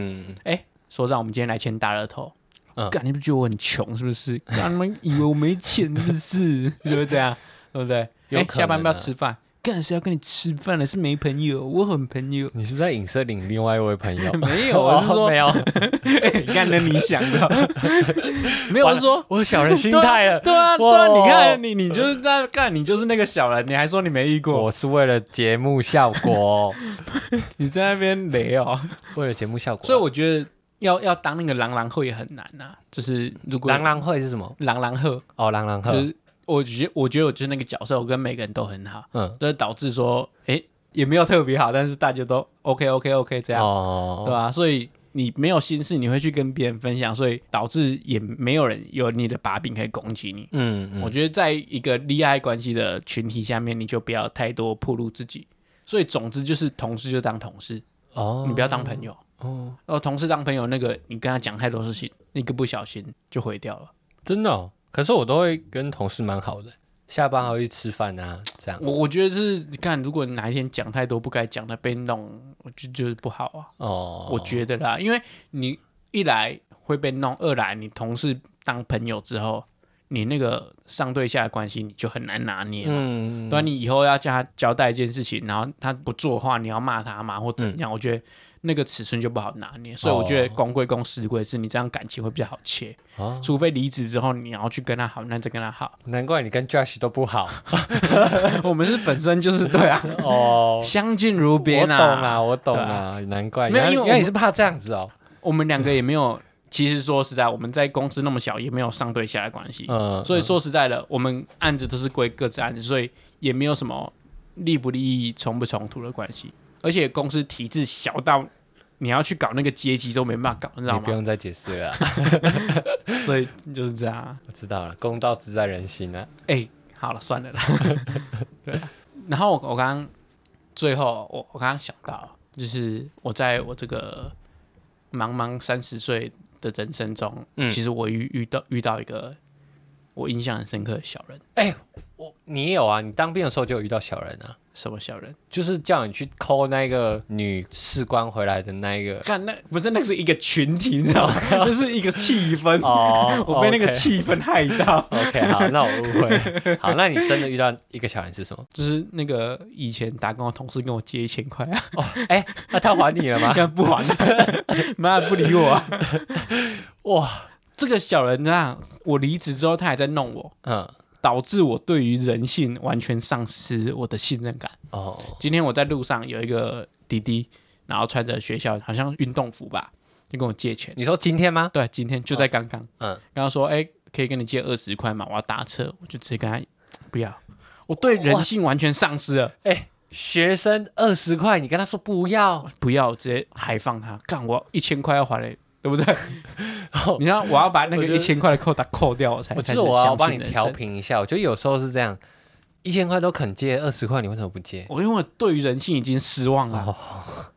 [SPEAKER 2] 嗯，
[SPEAKER 1] 说让我们今天来签大乐透，
[SPEAKER 2] 嗯
[SPEAKER 1] 干、你不觉得我很穷是不是？ 干你们以为我没钱是不是？对不对这样？对不对？
[SPEAKER 2] 有
[SPEAKER 1] 哎
[SPEAKER 2] 可能啊
[SPEAKER 1] 下班不要吃饭，干谁要跟你吃饭了？是没朋友，我很朋
[SPEAKER 2] 。
[SPEAKER 1] 友
[SPEAKER 2] 你是不是在影射你另外一位 朋友？
[SPEAKER 1] 没有，我是
[SPEAKER 2] 哦
[SPEAKER 1] 说 哎
[SPEAKER 2] 没，
[SPEAKER 1] 你
[SPEAKER 2] 有，
[SPEAKER 1] 看那你想的， 没有，我是说
[SPEAKER 2] 我小人心态 了。
[SPEAKER 1] 对啊，对啊，
[SPEAKER 2] 哇
[SPEAKER 1] 你看你你就是在干，你就是那个小人，你还说你没遇过，
[SPEAKER 2] 我是为了节目效 果，
[SPEAKER 1] 你在那边雷哦。
[SPEAKER 2] 为了节目效果。
[SPEAKER 1] 所以我觉得要要当那个狼狼鹤也很难啊，就是如果
[SPEAKER 2] 狼狼会是什么？
[SPEAKER 1] 狼狼鹤，
[SPEAKER 2] 哦，狼狼
[SPEAKER 1] 就
[SPEAKER 2] 鹤，
[SPEAKER 1] 是我觉我觉得我就是那个角色，我跟每个人都很好，
[SPEAKER 2] 嗯，
[SPEAKER 1] 所以导致说，哎、也没有特别好，但是大家都 OK OK OK 这样，对
[SPEAKER 2] 哦，
[SPEAKER 1] 吧、所以你没有心事，你会去跟别人分享，所以导致也没有人有你的把柄可以攻击你。
[SPEAKER 2] 嗯嗯
[SPEAKER 1] 我觉得在一个利害关系的群体下面，你就不要太多暴露自己。所以总之就是同事就当同事，
[SPEAKER 2] 哦，
[SPEAKER 1] 你不要当朋友。
[SPEAKER 2] 哦，
[SPEAKER 1] 然后同事当朋友，那个你跟他讲太多事情，一个不小心就毁掉了。
[SPEAKER 2] 真的、哦，可是我都会跟同事蛮好的，下班还会去吃饭啊，这样。
[SPEAKER 1] 我我觉得是，你看，如果你哪一天讲太多不该讲的被弄，我就就是不好啊。
[SPEAKER 2] 哦，
[SPEAKER 1] 我觉得啦，因为你一来会被弄，二来你同事当朋友之后，你那个上对下的关系你就很难拿捏。
[SPEAKER 2] 嗯，
[SPEAKER 1] 对啊、你以后要叫他交代一件事情，然后他不做的话，你要骂他嘛，或
[SPEAKER 2] 嗯
[SPEAKER 1] 怎样？我觉得那个尺寸就不好拿捏，所以我觉得公归公，私归私，你这样感情会比较好切。
[SPEAKER 2] 哦
[SPEAKER 1] 除非离职之后你要去跟他好，那再跟他好。
[SPEAKER 2] 难怪你跟 Josh 都不好
[SPEAKER 1] 我们是本身就是对啊，
[SPEAKER 2] 哦。
[SPEAKER 1] 相敬如
[SPEAKER 2] 我
[SPEAKER 1] 宾
[SPEAKER 2] 懂
[SPEAKER 1] 啊。
[SPEAKER 2] 啦，我懂啦，难怪。
[SPEAKER 1] 没有
[SPEAKER 2] 原来
[SPEAKER 1] 因为我
[SPEAKER 2] 原来
[SPEAKER 1] 们
[SPEAKER 2] 你是怕这样子哦。
[SPEAKER 1] 我们两个也没有，其实说实在，我们在公司那么小，也没有上对下的关系。
[SPEAKER 2] 嗯，
[SPEAKER 1] 所以
[SPEAKER 2] 嗯
[SPEAKER 1] 说实在的，我们案子都是归各自案子，所以也没有什么利不利益、冲不冲突的关系。而且公司体制小到你要去搞那个阶级都没办法搞，你知道
[SPEAKER 2] 你不
[SPEAKER 1] 吗？
[SPEAKER 2] 用再解释了啊，
[SPEAKER 1] 所以就是这样啊。
[SPEAKER 2] 我知道了，公道自在人心啊。
[SPEAKER 1] 哎、好了，算了啦。 对啊然后我我刚刚最后我我刚刚想到，就是我在我这个茫茫三十岁的人生中，
[SPEAKER 2] 嗯
[SPEAKER 1] 其实我遇遇到遇到一个我印象很深刻的小人，
[SPEAKER 2] 哎我你也有啊，你当兵的时候就有遇到小人啊，
[SPEAKER 1] 什么小人？。
[SPEAKER 2] 就是叫你去抠那个女士官回来的那一个
[SPEAKER 1] 干那不是那是一个群体，你知 道吗？那是一个气氛。
[SPEAKER 2] 哦
[SPEAKER 1] 我被那个
[SPEAKER 2] OK
[SPEAKER 1] 气氛害到，
[SPEAKER 2] OK，好，那我误会。好，那你真的遇到一个小人是什么？
[SPEAKER 1] 就是那个以前打工的同事跟我借一千块啊，
[SPEAKER 2] 哦，哎、那他还你了 吗？
[SPEAKER 1] 干不还了，啊 妈的不理 我、啊。
[SPEAKER 2] 哇，
[SPEAKER 1] 这个小人啊，我离职之后他还在弄我，
[SPEAKER 2] 嗯，
[SPEAKER 1] 导致我对于人性完全丧失我的信任感。
[SPEAKER 2] 哦，
[SPEAKER 1] 今天我在路上有一个弟弟，然后穿着学校好像运动服吧，就跟我借钱。
[SPEAKER 2] 你说今天吗？
[SPEAKER 1] 对，今天就在刚刚，
[SPEAKER 2] 嗯，
[SPEAKER 1] 刚刚说，哎、可以跟你借二十块嘛？我要搭车，我就直接跟他不要，我对人性完全丧失了，
[SPEAKER 2] 哎、学生二十块，你跟他说不要，
[SPEAKER 1] 不要，我直接海放他，干我一千块要还嘞，对 不对？
[SPEAKER 2] 哦
[SPEAKER 1] 你知道我要把那
[SPEAKER 2] 我
[SPEAKER 1] 个
[SPEAKER 2] 觉得
[SPEAKER 1] 一千块的扣打扣掉，我才
[SPEAKER 2] 我
[SPEAKER 1] 开
[SPEAKER 2] 记
[SPEAKER 1] 始
[SPEAKER 2] 得我要
[SPEAKER 1] 相
[SPEAKER 2] 帮
[SPEAKER 1] 信
[SPEAKER 2] 你
[SPEAKER 1] 人
[SPEAKER 2] 调
[SPEAKER 1] 生。
[SPEAKER 2] 平一下，我觉得有时候是这样，一千块都肯借，二十块你为什么不借？
[SPEAKER 1] 我因为我对于人性已经失望了，
[SPEAKER 2] 哦，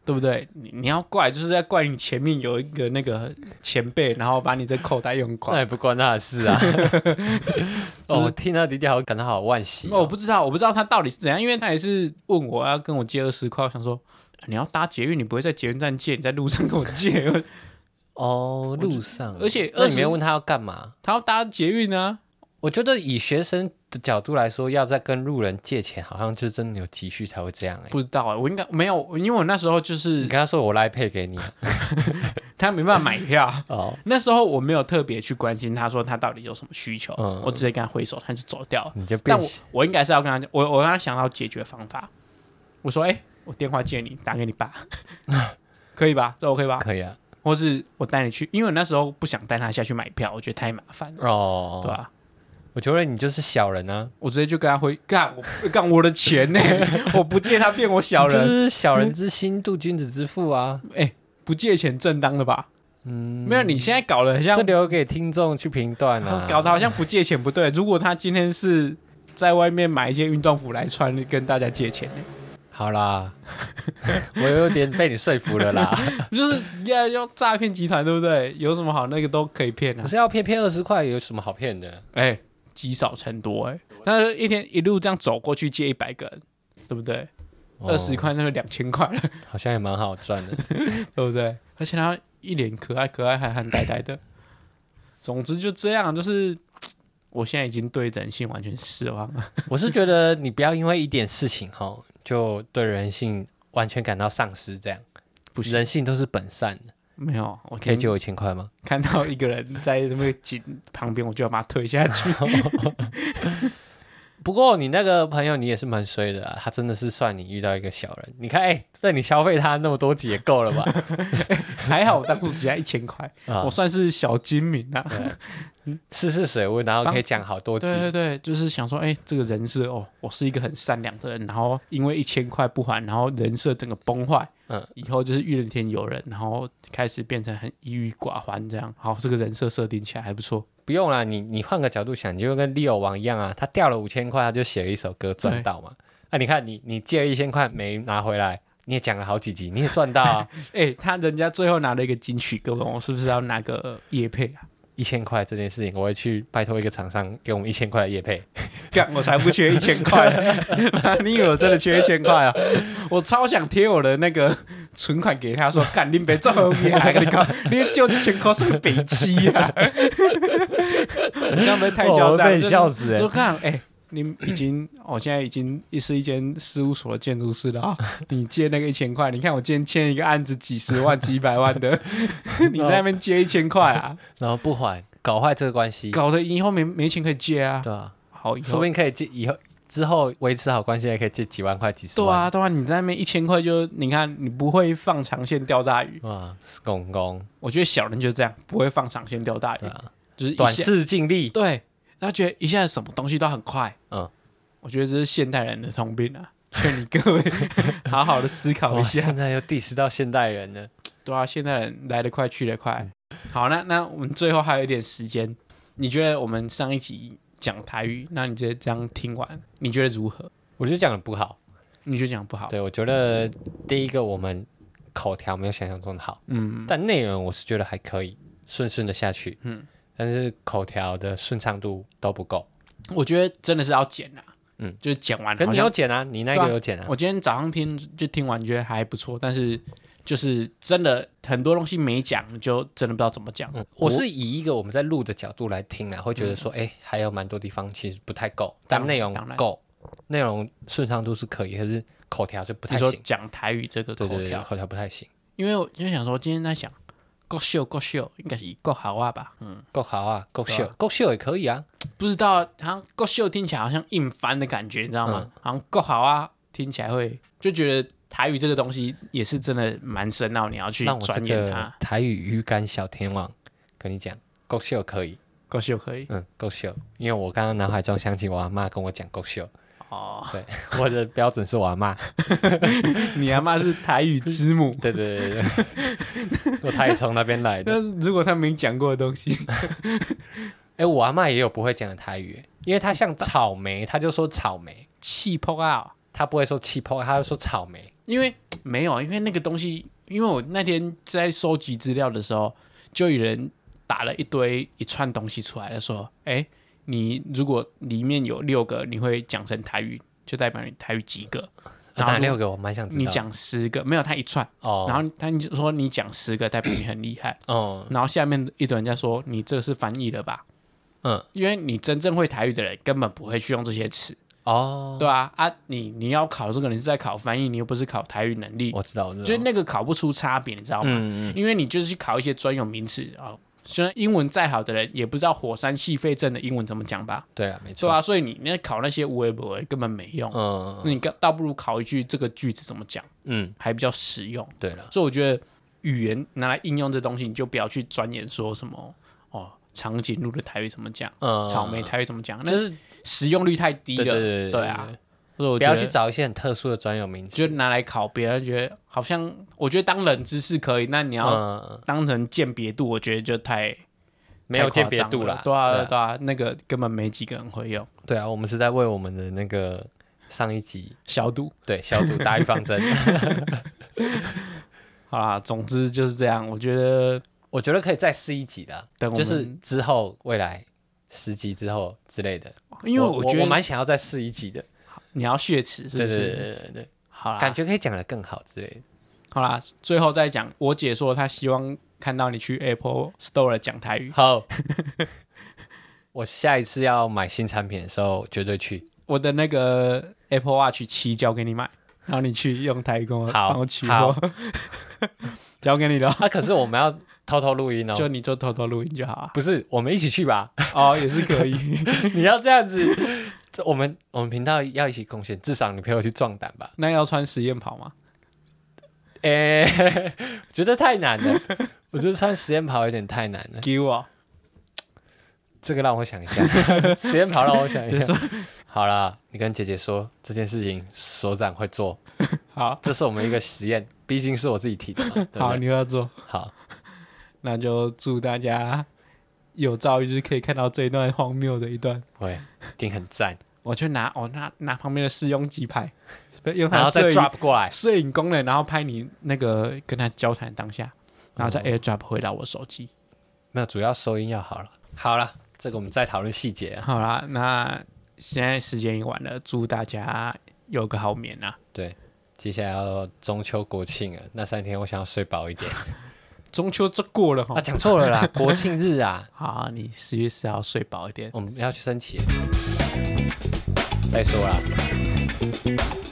[SPEAKER 1] 对不对？你你要怪，就是在怪你前面有一个那个前辈，然后把你这口袋用
[SPEAKER 2] 那
[SPEAKER 1] 光。
[SPEAKER 2] 也不关他的事 啊。哦，我听到弟弟好感到好惋惜、
[SPEAKER 1] 我
[SPEAKER 2] 哦。
[SPEAKER 1] 不知道，我不知道他到底是怎样，因为他也是问我要跟我借二十块，我想说啊你要搭捷运，你不会在捷运站借，你在路上跟我借，
[SPEAKER 2] 哦，路上，
[SPEAKER 1] 而且
[SPEAKER 2] 那你没
[SPEAKER 1] 20
[SPEAKER 2] 有问他要干嘛？
[SPEAKER 1] 他要搭捷运啊，
[SPEAKER 2] 我觉得以学生的角度来说，要再跟路人借钱，好像就真的有急需才会这样、欸。
[SPEAKER 1] 不知道啊、我应该没有，因为我那时候就
[SPEAKER 2] 你
[SPEAKER 1] 是
[SPEAKER 2] 跟他说我来配给你啊
[SPEAKER 1] 他没办法买票，
[SPEAKER 2] 哦，
[SPEAKER 1] 那时候我没有特别去关心他说他到底有什么需求，
[SPEAKER 2] 嗯
[SPEAKER 1] 我直接跟他挥手，他就走掉了。
[SPEAKER 2] 你就变
[SPEAKER 1] 但我我应该是要跟他讲，我我刚刚想到解决方法，我说哎、我电话借你，打给你爸， 可以吧？这 OK 吧？
[SPEAKER 2] 可以啊
[SPEAKER 1] 或是我带你去，因为我那时候不想带他下去买票，我觉得太麻烦了，
[SPEAKER 2] 哦，
[SPEAKER 1] 对吧、
[SPEAKER 2] 我觉得你就是小人啊，
[SPEAKER 1] 我直接就跟他挥干我干我的钱 呢、我不借他变我小
[SPEAKER 2] 就
[SPEAKER 1] 人，
[SPEAKER 2] 是小人之心度君子之腹啊。
[SPEAKER 1] 哎、不借钱正当的吧？
[SPEAKER 2] 嗯，
[SPEAKER 1] 没有，你现在搞得很像
[SPEAKER 2] 这留给听众去评断啊。
[SPEAKER 1] 搞得好像不借钱不对。如 果他今天是在外面买一件运动服来穿，跟大家借钱呢、
[SPEAKER 2] 好啦， 我有点被你说服了啦。
[SPEAKER 1] 就是要要诈骗集团，对不对？有什么好那个都可以骗啊
[SPEAKER 2] 可。是要骗骗二十块，有什么好骗的？
[SPEAKER 1] 哎、积少成多哎、那就一天一路这样走过去借一百个人，对不对？
[SPEAKER 2] 哦
[SPEAKER 1] 二十块那就两千块 了，
[SPEAKER 2] 好像也蛮好赚的。
[SPEAKER 1] 对不对？而且他一脸可爱可爱、憨憨呆呆 的。总之就这样，就是我现在已经对人性完全失望了。
[SPEAKER 2] 我是觉得你不要因为一点事情哈，就对人性完全感到丧失，这样
[SPEAKER 1] 不行
[SPEAKER 2] 人性都是本善的。
[SPEAKER 1] 没有，我
[SPEAKER 2] 可以
[SPEAKER 1] 今天
[SPEAKER 2] 借我一千块吗？
[SPEAKER 1] 看到一个人在那个井旁边，我就要把他推下 去。
[SPEAKER 2] 不过你那个朋友你也是蛮衰的啊，他真的是算你遇到一个小人。你看，哎、那你消费他那么多集也够了 吧？
[SPEAKER 1] 还好我当初只要一千块，
[SPEAKER 2] 啊
[SPEAKER 1] 我算是小精明啊。
[SPEAKER 2] 试试水温，然后可以讲好多集。
[SPEAKER 1] 对对对，就是想说，哎、这个人设哦，我是一个很善良的人，然后因为一千块不还，然后人设整个崩坏，
[SPEAKER 2] 嗯
[SPEAKER 1] 嗯，以后就是怨天尤人，然后开始变成很抑郁寡欢这样。好，这个人设设定起来还不错，
[SPEAKER 2] 不用啦，你你换个角度想，你就跟 Leo 王一样啊，他掉了五千块，他就写了一首歌赚到嘛。啊那、你看你你借了一千块没拿回来，你也讲了好几集，你也赚到 啊，
[SPEAKER 1] 哎、他人家最后拿了一个金曲歌王，我是不是要拿个叶配啊？
[SPEAKER 2] 一千块这件事情，我会去拜托一个厂商给我们一千块的业配。
[SPEAKER 1] 干，我才不缺一千 块嘞！你以为我真的缺一千块啊？我超想贴我的那个存款给他说，干，你别这么厉害，啊跟你搞，你就一千块算北七呀、啊！这样会不会太嚣
[SPEAKER 2] 哦我
[SPEAKER 1] 张，
[SPEAKER 2] 被你笑死
[SPEAKER 1] 就
[SPEAKER 2] 哎、
[SPEAKER 1] 就看，哎、你已经，我、现在已经是一间事务所的建筑师了啊！你借那个一千块，你看我今天欠一个案子几十万、几百万的，你在那边借一千块啊，
[SPEAKER 2] 然后不还，搞坏这个关系。
[SPEAKER 1] 搞得以后没没钱可以借啊！
[SPEAKER 2] 对啊，
[SPEAKER 1] 好，以后
[SPEAKER 2] 说不定可以借以后之后维持好关系，还可以借几万块、几十
[SPEAKER 1] 对
[SPEAKER 2] 万。
[SPEAKER 1] 啊，对啊，你在那边一千块就，你看你不会放长线钓大鱼，
[SPEAKER 2] 对啊，哇，公公，
[SPEAKER 1] 我觉得小人就这样，不会放长线钓大鱼，
[SPEAKER 2] 对啊，
[SPEAKER 1] 就是一下
[SPEAKER 2] 短视近利，
[SPEAKER 1] 对，他觉得一下子什么东西都很快，
[SPEAKER 2] 嗯，
[SPEAKER 1] 我觉得这是现代人的通病啊，劝你各位好好的思考
[SPEAKER 2] 哇，
[SPEAKER 1] 一下
[SPEAKER 2] 现。在又 diss 到现代人了。
[SPEAKER 1] 对啊，现代人来得快去得快。
[SPEAKER 2] 嗯
[SPEAKER 1] 好，那那我们最后还有一点时间，你觉得我们上一集讲台语，那你觉得这样听完，你觉得如何？
[SPEAKER 2] 我觉得讲的不好，
[SPEAKER 1] 你觉得讲不好？
[SPEAKER 2] 对我觉得第一个我们口条没有想象中的好，
[SPEAKER 1] 嗯，
[SPEAKER 2] 但内容我是觉得还可以，顺顺的下去，嗯，但是口条的顺畅度都不够。
[SPEAKER 1] 我觉得真的是要剪啊。
[SPEAKER 2] 嗯
[SPEAKER 1] 嗯，就是剪完
[SPEAKER 2] 可
[SPEAKER 1] 好
[SPEAKER 2] 你
[SPEAKER 1] 像
[SPEAKER 2] 有剪啊，你那
[SPEAKER 1] 对
[SPEAKER 2] 个
[SPEAKER 1] 啊
[SPEAKER 2] 有剪啊，
[SPEAKER 1] 我今天早上听就听完，觉得还不错，但是就是真的很多东西没讲，就真的不知道怎么讲。
[SPEAKER 2] 嗯，我是以一个我们在录的角度来听啊，会觉得说，哎、还有蛮多地方其实不太够，但
[SPEAKER 1] 当然
[SPEAKER 2] 内容
[SPEAKER 1] 当然
[SPEAKER 2] 够，内容顺畅度是可以，可是口条就不
[SPEAKER 1] 你
[SPEAKER 2] 太
[SPEAKER 1] 说
[SPEAKER 2] 行，
[SPEAKER 1] 讲台语这个
[SPEAKER 2] 对
[SPEAKER 1] 口
[SPEAKER 2] 对对，
[SPEAKER 1] 条，
[SPEAKER 2] 口条不太行。
[SPEAKER 1] 因为我就想说，今天在想够秀够秀，应该是够好啊吧？嗯，
[SPEAKER 2] 够好啊，够
[SPEAKER 1] 对
[SPEAKER 2] 秀，够秀也可以啊。
[SPEAKER 1] 不知道，好像够秀听起来好像硬翻的感觉，你知道
[SPEAKER 2] 嗯
[SPEAKER 1] 吗？好像够好啊，听起来会就觉得台语这个东西也是真的蛮深奥，你要去
[SPEAKER 2] 让我这
[SPEAKER 1] 钻研
[SPEAKER 2] 个
[SPEAKER 1] 它。
[SPEAKER 2] 台语语感小天王跟你讲，够秀可以，
[SPEAKER 1] 够秀可以
[SPEAKER 2] 嗯，够秀，因为我刚刚脑海中想起我阿妈跟我讲够 秀，
[SPEAKER 1] 哦，
[SPEAKER 2] 我的标准是我阿妈，
[SPEAKER 1] 你阿妈是台语之母。
[SPEAKER 2] 对对对对对， 我台语从那边来的。
[SPEAKER 1] 但是如果他没讲过的东西，
[SPEAKER 2] 哎、我阿妈也有不会讲的台语，因为她像草莓，她就说草莓。
[SPEAKER 1] 气泡啊、
[SPEAKER 2] 他不会说气泡，他会说草莓。
[SPEAKER 1] 因为没有，啊因为那个东西，因为我那天在收集资料的时候，就有人打了一堆一串东西出来了，说：“哎，你如果里面有六个，你会讲成台语，就代表你台语及格。然后
[SPEAKER 2] 啊哪六个我蛮想知道。
[SPEAKER 1] 你讲十个，没有他一串，
[SPEAKER 2] 哦，
[SPEAKER 1] 然后他就说你讲十个，代表你很厉害。
[SPEAKER 2] 哦，
[SPEAKER 1] 然后下面一堆人在说你这是翻译了吧？
[SPEAKER 2] 嗯，
[SPEAKER 1] 因为你真正会台语的人根本不会去用这些词，
[SPEAKER 2] 哦，
[SPEAKER 1] 对啊，啊，你你要考这个，你是在考翻译，你又不是考台语能力。
[SPEAKER 2] 我知道，我知道。
[SPEAKER 1] 就是那个考不出差别，你知道吗？
[SPEAKER 2] 哦嗯嗯，
[SPEAKER 1] 因为你就是去考一些专有名词哦。虽然英文再好的人也不知道火山细肺症的英文怎么讲吧，
[SPEAKER 2] 对啊，没错。
[SPEAKER 1] 对啊，所以你那考那些无为不为根本没用，
[SPEAKER 2] 嗯
[SPEAKER 1] 那你倒倒不如考一句这个句子怎么讲，
[SPEAKER 2] 嗯，
[SPEAKER 1] 还比较实用。
[SPEAKER 2] 对了，
[SPEAKER 1] 所以我觉得语言拿来应用这东西，你就不要去钻研说什么哦，长颈鹿的台语怎么讲，
[SPEAKER 2] 嗯，
[SPEAKER 1] 草莓台语怎么讲，那
[SPEAKER 2] 就是
[SPEAKER 1] 实用率太低
[SPEAKER 2] 对
[SPEAKER 1] 了，
[SPEAKER 2] 对对
[SPEAKER 1] 啊，，所以我
[SPEAKER 2] 不
[SPEAKER 1] 觉
[SPEAKER 2] 要
[SPEAKER 1] 得
[SPEAKER 2] 去找一些很特殊的专有名
[SPEAKER 1] 就
[SPEAKER 2] 词。
[SPEAKER 1] 拿来考别人，觉得好像我觉得当冷知识可以，那你要
[SPEAKER 2] 嗯，
[SPEAKER 1] 当成鉴别度，我觉得就太
[SPEAKER 2] 没有
[SPEAKER 1] 太
[SPEAKER 2] 鉴
[SPEAKER 1] 夸
[SPEAKER 2] 别
[SPEAKER 1] 张
[SPEAKER 2] 度
[SPEAKER 1] 了
[SPEAKER 2] 啦。
[SPEAKER 1] 对啊，
[SPEAKER 2] 对啊
[SPEAKER 1] 对啊，那个根本没几个人会用
[SPEAKER 2] 对啊，我们是在为我们的那个上一集
[SPEAKER 1] 消毒。
[SPEAKER 2] 对消毒打预防针。
[SPEAKER 1] 好啦，总之就是这样。我觉得
[SPEAKER 2] 我觉得可以再试一集的，
[SPEAKER 1] 等我们
[SPEAKER 2] 就是之后未来十集之后之类的，
[SPEAKER 1] 因为
[SPEAKER 2] 我
[SPEAKER 1] 觉
[SPEAKER 2] 我
[SPEAKER 1] 得
[SPEAKER 2] 蛮想要再试一集的。
[SPEAKER 1] 你要血池是不
[SPEAKER 2] 对对对
[SPEAKER 1] 是？
[SPEAKER 2] 对对对。
[SPEAKER 1] 好啊啦，
[SPEAKER 2] 感觉可以讲得更好之类的。
[SPEAKER 1] 好啦，最后再讲，我姐说她希望看到你去 Apple Store 讲台语。
[SPEAKER 2] 好， 我下一次要买新产品的时候绝对去。
[SPEAKER 1] 我的那个 Apple Watch 七交给你买，然后你去用台语跟我
[SPEAKER 2] 好
[SPEAKER 1] 帮我取
[SPEAKER 2] 好
[SPEAKER 1] 货， 交给你了，
[SPEAKER 2] 啊，可是我们要偷偷录音哦。
[SPEAKER 1] 就你就偷偷录音就好啊。
[SPEAKER 2] 不是，我们一起去吧。
[SPEAKER 1] 哦，也是可以。
[SPEAKER 2] 你要这样子，这我们我们频道要一起贡献，至少你陪我去壮胆 吧。
[SPEAKER 1] 那要穿实验袍吗？
[SPEAKER 2] 哎、觉得太难了，我觉得穿实验袍有点太难了。
[SPEAKER 1] 给我
[SPEAKER 2] 这个让我想 一下，实验袍让我想一下。好啦，你跟姐姐说这件事情，所长会做，
[SPEAKER 1] 好
[SPEAKER 2] 这是我们一个实验，毕竟是我自己提的 嘛。对不对
[SPEAKER 1] 好，你要做，
[SPEAKER 2] 好，
[SPEAKER 1] 那就祝大家有朝一日可以看到这一段荒谬的一段。
[SPEAKER 2] 会一定很赞。
[SPEAKER 1] 我去拿我、拿拿旁边的试用机拍， 用
[SPEAKER 2] 然
[SPEAKER 1] 它
[SPEAKER 2] 后
[SPEAKER 1] 的
[SPEAKER 2] 再
[SPEAKER 1] 摄影
[SPEAKER 2] drop 过来。
[SPEAKER 1] 摄影功能，然后拍你那个跟他交谈当下，然后再 AirDrop 回到我手机。
[SPEAKER 2] 没有，主要收音要好了。好了，这个我们再讨论细节啊。
[SPEAKER 1] 好啦，那现在时间已晚了，祝大家有个好眠啊！
[SPEAKER 2] 对，接下来要中秋国庆了，那三天我想要睡饱一点。
[SPEAKER 1] 中秋这过了
[SPEAKER 2] 啊，
[SPEAKER 1] 哈，
[SPEAKER 2] 讲错了啦，国庆日啊，
[SPEAKER 1] 好，你十月四号睡饱一点。
[SPEAKER 2] 我们要去升旗了。再说啦。